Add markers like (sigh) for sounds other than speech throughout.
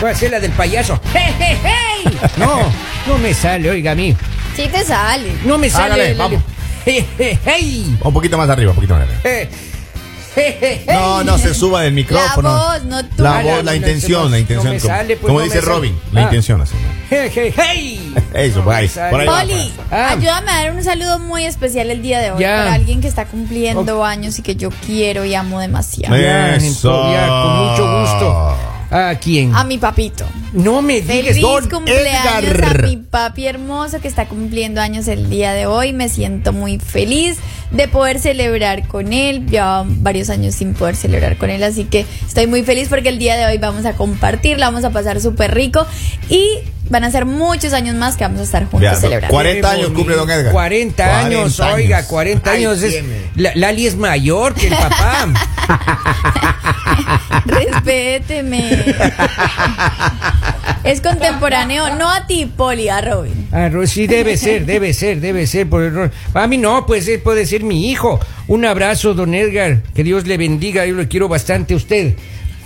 Voy a hacer la del payaso. (laughs) ¡Hey, hey, hey! No, no me sale, oiga a mí. Sí te sale. No me sale. Hágale, el- el- vamos. (laughs) ¡Hey, hey, hey! Un poquito más arriba, un poquito más arriba. Eh, hey, hey, hey. No, no se suba del micrófono. La voz, no tú. La la- Ah, voz, no, la pues, intención, no, la no intención. me como sale, pues, como no me dice sale. Robin, la Ah. intención así. ¡Hey, hey, hey! (laughs) Eso, No por me ahí, sale. por ahí. va. Poli, Ah. ayúdame a dar un saludo muy especial el día de hoy Ya. para alguien que está cumpliendo años y que yo quiero y amo demasiado. Me- Ya, en Eso. Podiar, con mucho gusto. ¿A quién? A mi papito. No me digas. Feliz Don cumpleaños Edgar. a mi papi hermoso que está cumpliendo años el día de hoy. Me siento muy feliz de poder celebrar con él. Llevaba varios años sin poder celebrar con él, así que estoy muy feliz porque el día de hoy vamos a compartir, la vamos a pasar súper rico y van a ser muchos años más que vamos a estar juntos Vea, celebrando. ¿cuál 40 años cumple don Edgar. 40 años, 40 oiga, años. 40 Ahí años. Es, tiene. La- Lali es mayor que el (laughs) papá. Respéteme. es contemporáneo, no a ti, Poli, a Robin. Ah, Ro- sí, debe ser, debe ser, debe ser. Por error. A mí no, pues él puede ser mi hijo. Un abrazo, don Edgar. Que Dios le bendiga. Yo lo quiero bastante a usted.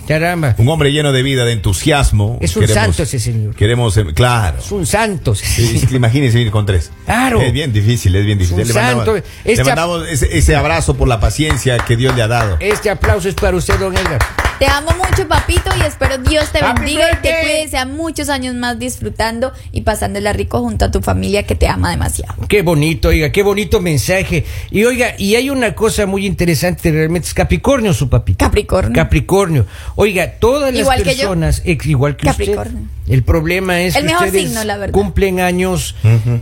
Caramba. Un hombre lleno de vida, de entusiasmo. Es un santo ese señor. Queremos, eh, claro. Es un santo. Sí, sí, Imagínense ir con tres. Claro. Es bien difícil, es bien difícil. Es un le mandamos, santo. le Este- mandamos ese, ese abrazo por la paciencia que Dios le ha dado. Este aplauso es para usted, don Edgar. Te amo mucho, papito, y espero Dios te Happy bendiga y te birthday. cuide. Sea muchos años más disfrutando y pasándola rico junto a tu familia que te ama demasiado. Qué bonito, oiga, qué bonito mensaje. Y oiga, y hay una cosa muy interesante, realmente es Capricornio su papito. Capricornio. Capricornio. Oiga, todas las Igual que yo. personas, ex- igual que usted. Capricornio. El problema es El que mejor ustedes signo, la verdad. cumplen años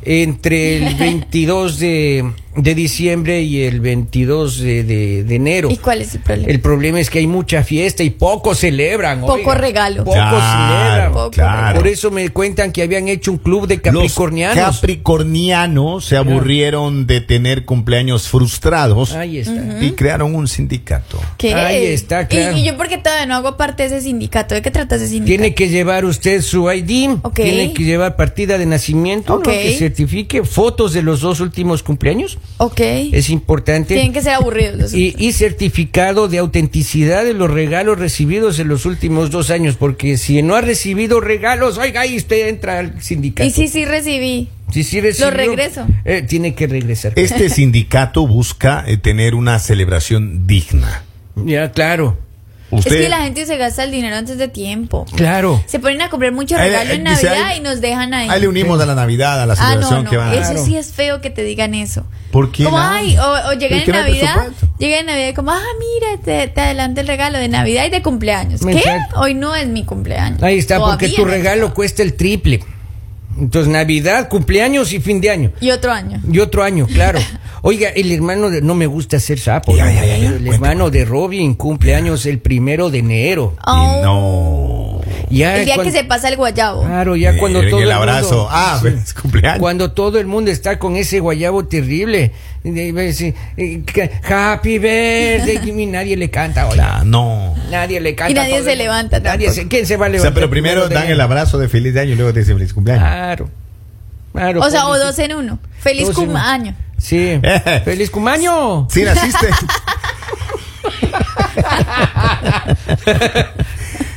entre (laughs) el 22 de, de diciembre y el 22 de, de- de enero. ¿Y cuál es el problema? El problema es que hay mucha fiesta y pocos celebran. Poco oiga. regalo. Pocos Claro, celebran. Poco claro. Por eso me cuentan que habían hecho un club de Los capricornianos. capricornianos se aburrieron de tener cumpleaños frustrados Ahí está. y crearon un sindicato. ¿Qué? Ahí está, claro. ¿Y, y yo porque todavía no hago parte de ese sindicato. ¿De qué trata ese sindicato? Tiene que llevar usted su ID, Ok. tiene que llevar partida de nacimiento, Ok. lo que certifique, fotos de los dos últimos cumpleaños, Ok. es importante. Tienen que ser aburridos. los y, y certificado de autenticidad de los regalos recibidos en los últimos dos años, porque si no ha recibido regalos, oiga, ahí usted entra al sindicato. Y sí, sí recibí. Si sí recibió, Lo regreso. eh, tiene que regresar. Este sindicato busca eh, tener una celebración digna. Ya, claro, Usted, Es que la gente se gasta el dinero antes de tiempo. claro. Se ponen a comprar mucho Ahí le- regalo en dice, Navidad ahí- y nos dejan ahí. ahí le unimos a la Navidad, a la Ah, celebración no, no. que van a Eso Claro. sí es feo que te digan eso. ¿Por qué Como, no? ay, o, o llegan Es que en no hay Navidad, presupuesto. llegan en Navidad y como, ah, mira, te, te adelanto el regalo de Navidad y de cumpleaños. ¿Qué? Exacto. Hoy no es mi cumpleaños. Ahí está, porque Todavía tu no es. regalo cuesta el triple. Entonces, Navidad, cumpleaños y fin de año. Y otro año. Y otro año, (laughs) claro. Oiga, el hermano de, no me gusta ser sapo. Ya, ¿no? ya, ya, ya, el cuéntame. hermano de Robin cumple años el primero de enero. Oh, No. Ya El día cuan- que se pasa el guayabo. Claro, ya Eh, cuando en todo el mundo- abrazo. ah, Sí. es cumpleaños. Cuando todo el mundo está con ese guayabo terrible. Y de ahí va a decir, eh, que- Happy birthday. (laughs) Y nadie le canta hola. Ah, no. Nadie le canta. Y nadie todo el se mundo. levanta Nadie tampoco. se- ¿Quién se va a O levantar? sea, pero primero de dan enero? el abrazo de feliz año y luego te dicen feliz cumpleaños. Claro. Claro. o sea, o pobrecito. dos en uno. Feliz Dos en uno. cumpleaños. (laughs) Sí. ¡Feliz cumaño! Sí, naciste.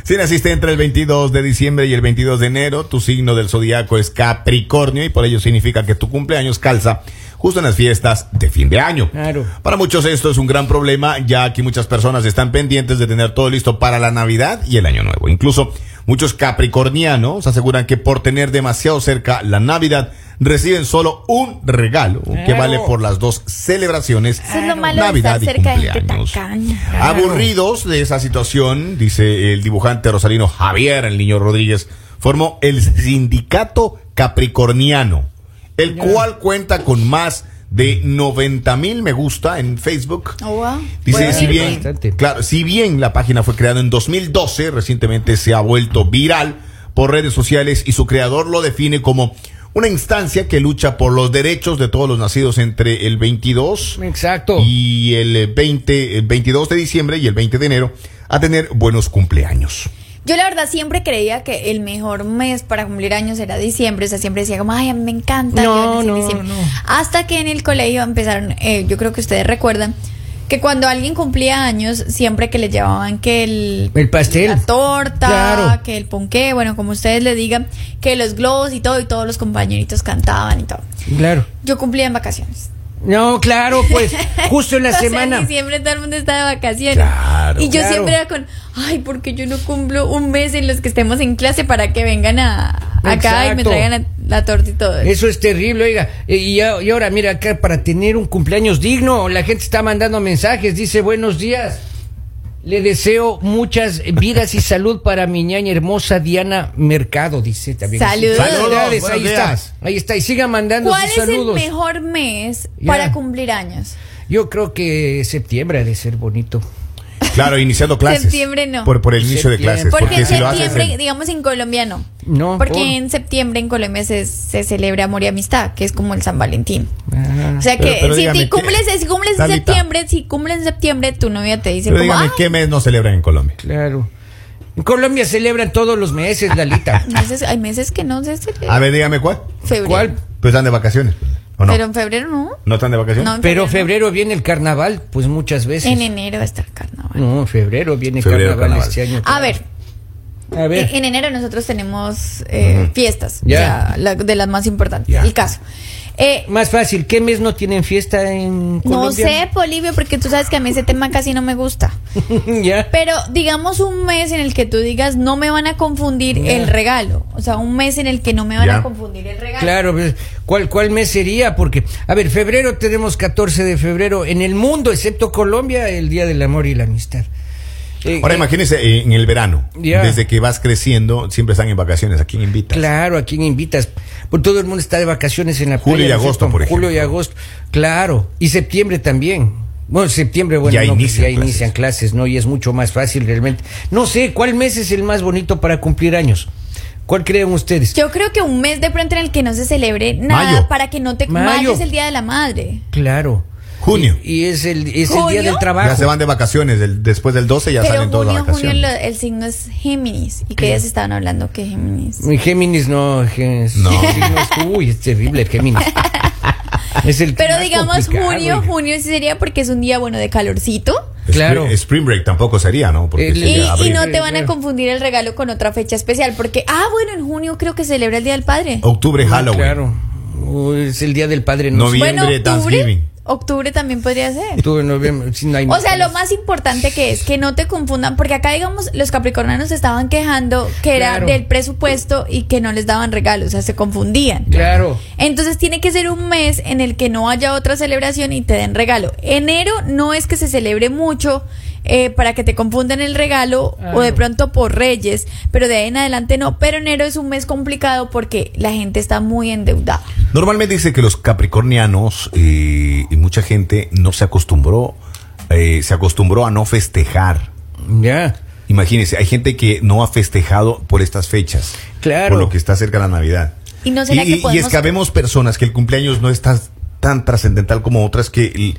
Si naciste entre el 22 de diciembre y el 22 de enero, tu signo del zodiaco es Capricornio y por ello significa que tu cumpleaños calza justo en las fiestas de fin de año. Claro. Para muchos esto es un gran problema, ya que muchas personas están pendientes de tener todo listo para la Navidad y el Año Nuevo. Incluso muchos capricornianos aseguran que por tener demasiado cerca la Navidad reciben solo un regalo que Claro. vale por las dos celebraciones Eso es lo malo de Navidad estar y cerca de gente cumpleaños. tacaña. Claro. Aburridos de esa situación, dice el dibujante rosalino Javier, el niño Rodríguez, formó el sindicato capricorniano, el cual cuenta con más de 90 mil me gusta en Facebook. Oh, wow. Dice, Bueno, si bien, bastante. claro, si bien la página fue creada en 2012, recientemente se ha vuelto viral por redes sociales y su creador lo define como una instancia que lucha por los derechos de todos los nacidos entre el 22 Exacto. y el 20, el 22 de diciembre y el 20 de enero a tener buenos cumpleaños. Yo la verdad siempre creía que el mejor mes para cumplir años era diciembre, o sea, siempre decía como, ay, a mí me encanta. No, yo nací en no, diciembre". no. Hasta que en el colegio empezaron, eh, yo creo que ustedes recuerdan, que cuando alguien cumplía años, siempre que le llevaban que el, El pastel. la torta, Claro. que el ponqué, bueno, como ustedes le digan, que los globos y todo, y todos los compañeritos cantaban y todo. Claro. Yo cumplía en vacaciones. No, claro, (laughs) pues justo en la Entonces, En semana. diciembre todo el mundo está de vacaciones. Claro. y yo Claro. siempre era con, ay, porque yo no cumplo un mes en los que estemos en clase para que vengan a acá y me Exacto. traigan la, la torta y todo. Eso es terrible, oiga. Eh, Y, a- y ahora, mira, acá para tener un cumpleaños digno, la gente está mandando mensajes, dice buenos días. Le deseo muchas vidas y salud para mi ñaña hermosa Diana Mercado, dice también. Saludos. Felicidades, Saludos, ahí buenos está. días. Ahí está, y siga mandando ¿Cuál sus es saludos. el mejor mes Ya. para cumplir años? Yo creo que septiembre ha de ser bonito. Claro, iniciando clases. Septiembre no. Por, por el inicio de clases. Porque, Porque, en si lo septiembre, haces. en- digamos en Colombia no. No, Porque por- en septiembre en Colombia se, se celebra amor y amistad, que es como el San Valentín. Ah, O sea que Pero- pero si, dígame, ti cumples, ¿qué- si cumples en Lalita? septiembre, si cumples en septiembre, tu novia te dice Pero como, dígame, "Ay, ¿qué mes no celebran en Colombia? claro. En Colombia celebran todos los meses, Lalita. meses- hay meses que no se celebra. A ver, dígame cuál. (laughs) febrero. ¿Cuál? Pues están de vacaciones. ¿O no? Pero en febrero no. ¿No están de vacaciones? No, en Pero no. febrero viene el carnaval, pues muchas veces. En enero está el carnaval. No, en febrero viene Febrero, carnaval, carnaval. este año. A ver, e- A ver. en en enero nosotros tenemos eh, fiestas, Ya. o sea, la- de las más importantes. Ya. El caso. Eh, Más fácil, ¿qué mes no tienen fiesta en no Colombia? sé, Polivio, porque tú sabes que a mí ese tema casi no me gusta. sé. (laughs) ya. Pero digamos un mes en el que tú digas no me van a confundir Ya. el regalo. O sea, un mes en el que no me van Ya. a confundir el regalo. Claro, pues, ¿cuál, ¿cuál mes sería? Porque, a ver, febrero tenemos 14 de febrero en el mundo, excepto Colombia, el Día del Amor y la Amistad. Eh, Ahora eh, imagínense eh, en el verano. Ya. Desde que vas creciendo, siempre están en vacaciones. ¿A quién invitas? Claro, ¿a quién invitas? Pues todo el mundo está de vacaciones en la Julio playa, ¿no y es agosto, cierto? por ejemplo. Julio y agosto, claro. Y septiembre también. Bueno, septiembre, bueno, Ya no, pues inician ya clases. inician clases, ¿no? Y es mucho más fácil realmente. No sé, ¿cuál mes es el más bonito para cumplir años? ¿Cuál creen ustedes? Yo creo que un mes de pronto en el que no se celebre nada Mayo. para que no te Mayo. mayo. es el día de la madre. Claro. Junio. Y, y es el, es el ¿Junio? día del trabajo. Ya se van de vacaciones. del- después del 12 ya Pero salen todos de junio, junio vacaciones. lo- el signo es Géminis. Y que ellas estaban hablando que Mm, Géminis. Y Géminis no, Gé- No. sí, no es- uy, es terrible (laughs) Géminis. Es el que Pero más digamos complicado, junio, oiga. junio sí sería porque es un día bueno de calorcito. Spring- Claro. Eh, Spring break tampoco sería, ¿no? Porque El- sería Y, y abril. no te van a Claro. confundir el regalo con otra fecha especial. Porque, ah, bueno, en junio creo que celebra el Día del Padre. Octubre, Halloween. Claro. Uy, Es el día del padre, no Noviembre. Bueno, octubre, Thanksgiving. octubre también podría ser. Tú en noviembre, sí, no hay O sea, más. lo más importante que es que no te confundan, porque acá, digamos, los capricornianos se estaban quejando que era Claro. del presupuesto y que no les daban regalos, o sea, se confundían. Claro. Entonces tiene que ser un mes en el que no haya otra celebración y te den regalo. Enero no es que se celebre mucho eh, para que te confundan el regalo o de Claro. pronto por Reyes, pero de ahí en adelante no. Pero enero es un mes complicado porque la gente está muy endeudada. Normalmente dice que los capricornianos eh, y mucha gente no se acostumbró, eh, se acostumbró a no festejar. Ya. Imagínense, hay gente que no ha festejado por estas fechas. Claro. Por lo que está cerca la Navidad. ¿Y no será que podemos- es que habemos personas que el cumpleaños no es tan, tan trascendental como otras que l-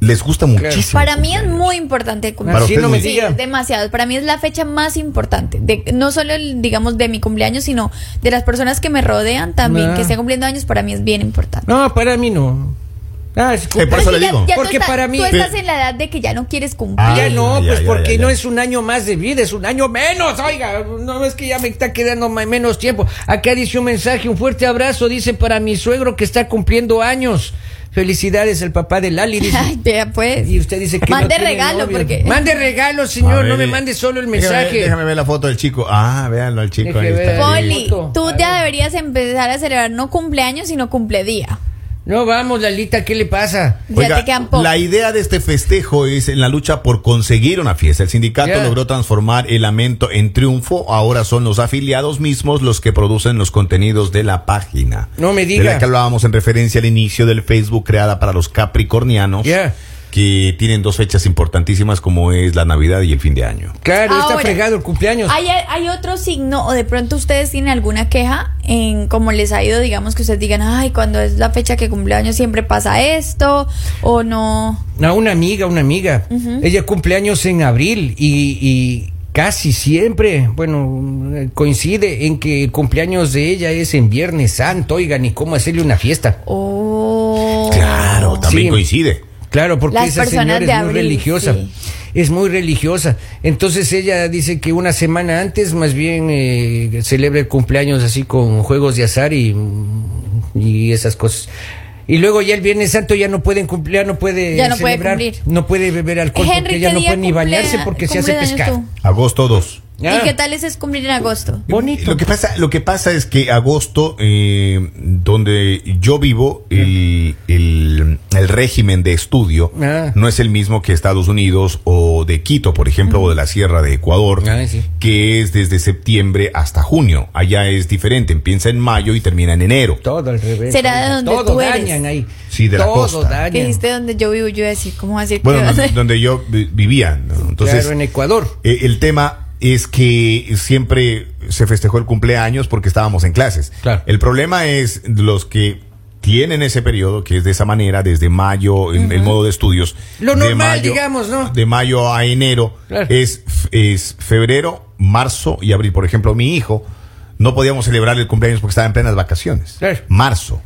les gusta muchísimo. Para el mí es cumpleaños. muy importante el cumpleaños. Para Así usted no me muy- Sí, diga. demasiado. Para mí es la fecha más importante. De, no solo, el, digamos, de mi cumpleaños, sino de las personas que me rodean también, Ah. que estén cumpliendo años, para mí es bien importante. No, para mí no. Ah, es Eh, por eso Pero le si ya- digo. ya tú Porque estás- para mí- Tú estás en la edad de que ya no quieres Ah, cumplir. ya no, ya, pues ya, porque ya, ya. no es un año más de vida, es un año menos. Oiga, no es que ya me está quedando ma- menos tiempo. Acá dice un mensaje, un fuerte abrazo, dice para mi suegro que está cumpliendo años. Felicidades el papá de Lali. Dice. (laughs) Ay, vea, pues. Y usted dice que no Mande tiene regalo, novia. porque- Mande regalo, A señor, ver, no me eh, mande solo el déjame ver- mensaje. Déjame, ver la foto del chico. Ah, véanlo al chico. Deje ahí ver. está. Poli. Poli, Minuto. tú A ya ver. deberías empezar a celebrar no cumpleaños, sino cumpledía. No vamos, Lalita, ¿qué le pasa? Ya Oiga, te quedan pocos. la idea de este festejo es en la lucha por conseguir una fiesta. El sindicato Ya. logró transformar el lamento en triunfo. Ahora son los afiliados mismos los que producen los contenidos de la página. No me diga. De la que hablábamos en referencia al inicio del Facebook creada para los capricornianos. Ya. Que tienen dos fechas importantísimas como es la Navidad y el fin de año. Claro, está Ahora, fregado el cumpleaños. ¿Hay, hay otro signo o de pronto ustedes tienen alguna queja en cómo les ha ido, digamos que ustedes digan, ay, cuando es la fecha que cumpleaños siempre pasa esto o no. A una amiga, una amiga. Ella cumple años en abril y, y casi siempre, bueno, eh, coincide en que el cumpleaños de ella es en Viernes Santo, oigan, y cómo hacerle una fiesta. Oh. Claro, también Sí. coincide. Claro, porque Las esa señora personas es de muy abril, religiosa. sí. Es muy religiosa. Entonces ella dice que una semana antes más bien eh, celebra el cumpleaños así con juegos de azar y, y esas cosas. Y luego ya el Viernes Santo ya no pueden cumplir, no puede Ya no puede celebrar, cumplir. no puede beber alcohol Henry, porque ¿qué ya no día puede ni cumple- bañarse porque se hace Ah. cumpleaños pescado. Agosto 2. ¿Y qué tal es, es cumplir en agosto? Bonito. Lo que pasa, lo que pasa es que agosto, eh, donde yo vivo, el, el- el régimen de estudio Ah. no es el mismo que Estados Unidos o de Quito, por ejemplo, o de la Sierra de Ecuador, Ah, sí. que es desde septiembre hasta junio. Allá es diferente, empieza en mayo y termina en enero. Todo al revés. Será de donde Todo tú eres. dañan ahí. Sí, de la Todo costa. dañan. Que dijiste donde yo vivo, yo iba a decir, ¿cómo va a decir (laughs) Bueno, que donde, donde yo vi- vivía. ¿no? Entonces, claro, en Ecuador. Eh, el tema es que siempre se festejó el cumpleaños porque estábamos en clases. Claro. El problema es los que tienen ese periodo, que es de esa manera, desde mayo, en el modo de estudios. Lo de normal, digamos, ¿no? De mayo a enero Claro. es, f- es febrero, marzo y abril. Por ejemplo, mi hijo no podíamos celebrar el cumpleaños porque estaba en plenas vacaciones. Claro. Marzo.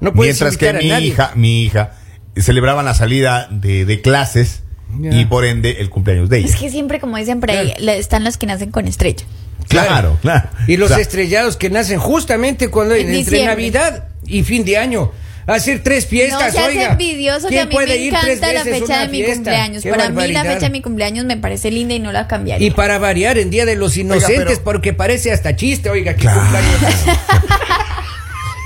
No puedes Mientras que invitar a mi nadie. hija, mi hija, celebraban la salida de, de clases Ya. y por ende el cumpleaños de ella. Es que siempre, como dicen por ahí, Claro. la- están los que nacen con estrella. Claro, claro. Y los O sea, estrellados que nacen justamente cuando En entre diciembre. Navidad y fin de año. Hacer tres fiestas, no seas oiga. envidioso, que ¿Quién a mí puede me ir tres encanta la veces a fecha una de mi fiesta? cumpleaños. Qué Para mí la barbaridad. fecha de mi cumpleaños me parece linda y no la cambiaría. Y para variar, en Día de los Inocentes, pero- porque parece hasta chiste, oiga, que Claro. cumpleaños.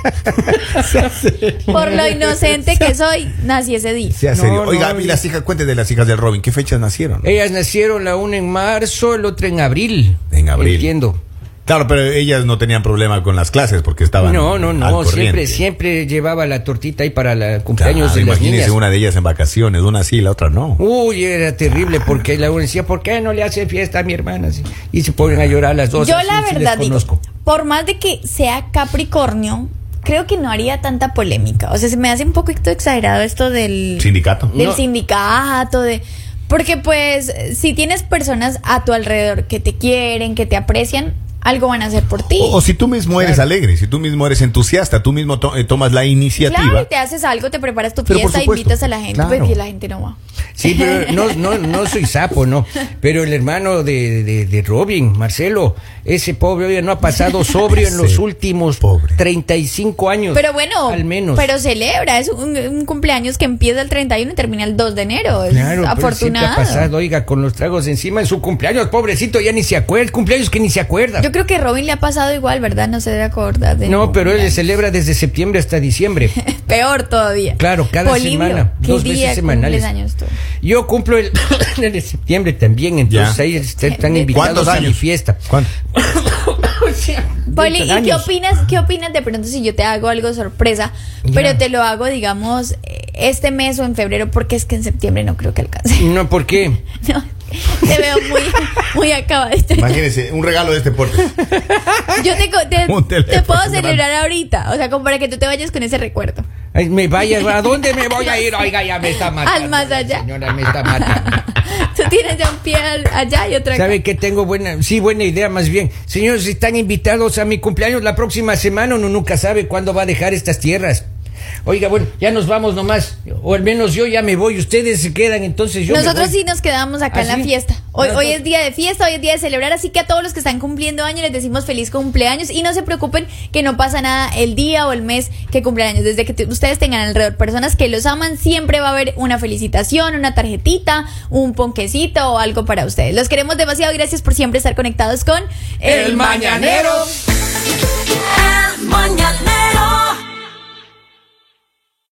(laughs) (laughs) Por lo inocente que soy, nací ese día. sea No, serio. no, Oiga, no. Eh, y las hijas, cuente de las hijas del Robin, ¿qué fechas nacieron? Ellas nacieron la una en marzo, el otro en abril. En abril. Entiendo. Claro, pero ellas no tenían problema con las clases porque estaban. No, no, al no, siempre, corriente. siempre llevaba la tortita ahí para el cumpleaños Claro, de las imagínese niñas. una de ellas en vacaciones, una sí, la otra no. Uy, era terrible porque la una decía, ¿por qué no le hace fiesta a mi hermana? Así, Y se ponen a llorar las dos. Yo así, la sí les verdad digo, conozco. por más de que sea Capricornio, creo que no haría tanta polémica. O sea, se me hace un poco exagerado esto del Sindicato. del No. sindicato, de porque pues si tienes personas a tu alrededor que te quieren, que te aprecian, algo van a hacer por ti. O, o si tú mismo eres alegre, si tú mismo eres entusiasta, tú mismo to- eh, tomas la claro, y iniciativa. te haces algo, te preparas tu Pero por fiesta, supuesto, invitas a la gente, claro. pues, y la gente no va. Sí, pero no, no, no soy sapo, no. Pero el hermano de, de- de Robin, Marcelo, ese pobre oye, no ha (laughs) pasado sobrio en los Ese últimos pobre. 35 años. Pero (laughs) bueno, al menos. pero celebra, es un, un cumpleaños que empieza el 31 y termina el 2 de enero. Es Claro, pero sí que afortunado. ha pasado, oiga, con los tragos encima en su cumpleaños, pobrecito, ya ni se acuerda, el cumpleaños que ni se acuerda. Yo creo que Robin le ha pasado igual, ¿verdad? No se debe acordar de no, pero él le es celebra desde septiembre hasta diciembre. (laughs) peor todavía. Claro, cada Polibio, semana, ¿qué dos día veces semanales. cumples años tú? Yo cumplo el, (coughs) el de septiembre también, entonces Ya. ahí están están ¿Cuántos invitados a mi años? fiesta. ¿Cuánto? (laughs) Poli, ¿y qué años. opinas, qué opinas de pronto si yo te hago algo sorpresa, Ya. pero te lo hago, digamos, eh, este mes o en febrero, porque es que en septiembre no creo que alcance. (laughs) No, ¿por qué? No, te veo muy, muy acabadito. Imagínese, un regalo de este porte. Yo te, co- te- (laughs) Un te teléfono puedo grande. celebrar ahorita, o sea, como para que tú te vayas con ese recuerdo. (laughs) Ay, me vaya, ¿a dónde me voy a ir? Oiga, ya me está matando. Al más la allá. Señora, me está (laughs) matando. Tú tienes ya un pie al- allá y otro acá. ¿Sabe que tengo buena, sí, buena idea más bien? Señores, si están invitados a mi cumpleaños la próxima semana, uno nunca sabe cuándo va a dejar estas tierras. Oiga, bueno, ya nos vamos nomás, o al menos yo ya me voy, ustedes se quedan, entonces yo me Nosotros voy. sí nos quedamos acá ¿Ah, en la sí? pues fiesta. Hoy, Nosotros- hoy es día de fiesta, hoy es día de celebrar, así que a todos los que están cumpliendo años les decimos feliz cumpleaños y no se preocupen que no pasa nada el día o el mes que cumplen años. Desde que te- ustedes tengan alrededor personas que los aman, siempre va a haber una felicitación, una tarjetita, un ponquecito o algo para ustedes. Los queremos demasiado y gracias por siempre estar conectados con El Mañanero. El Mañanero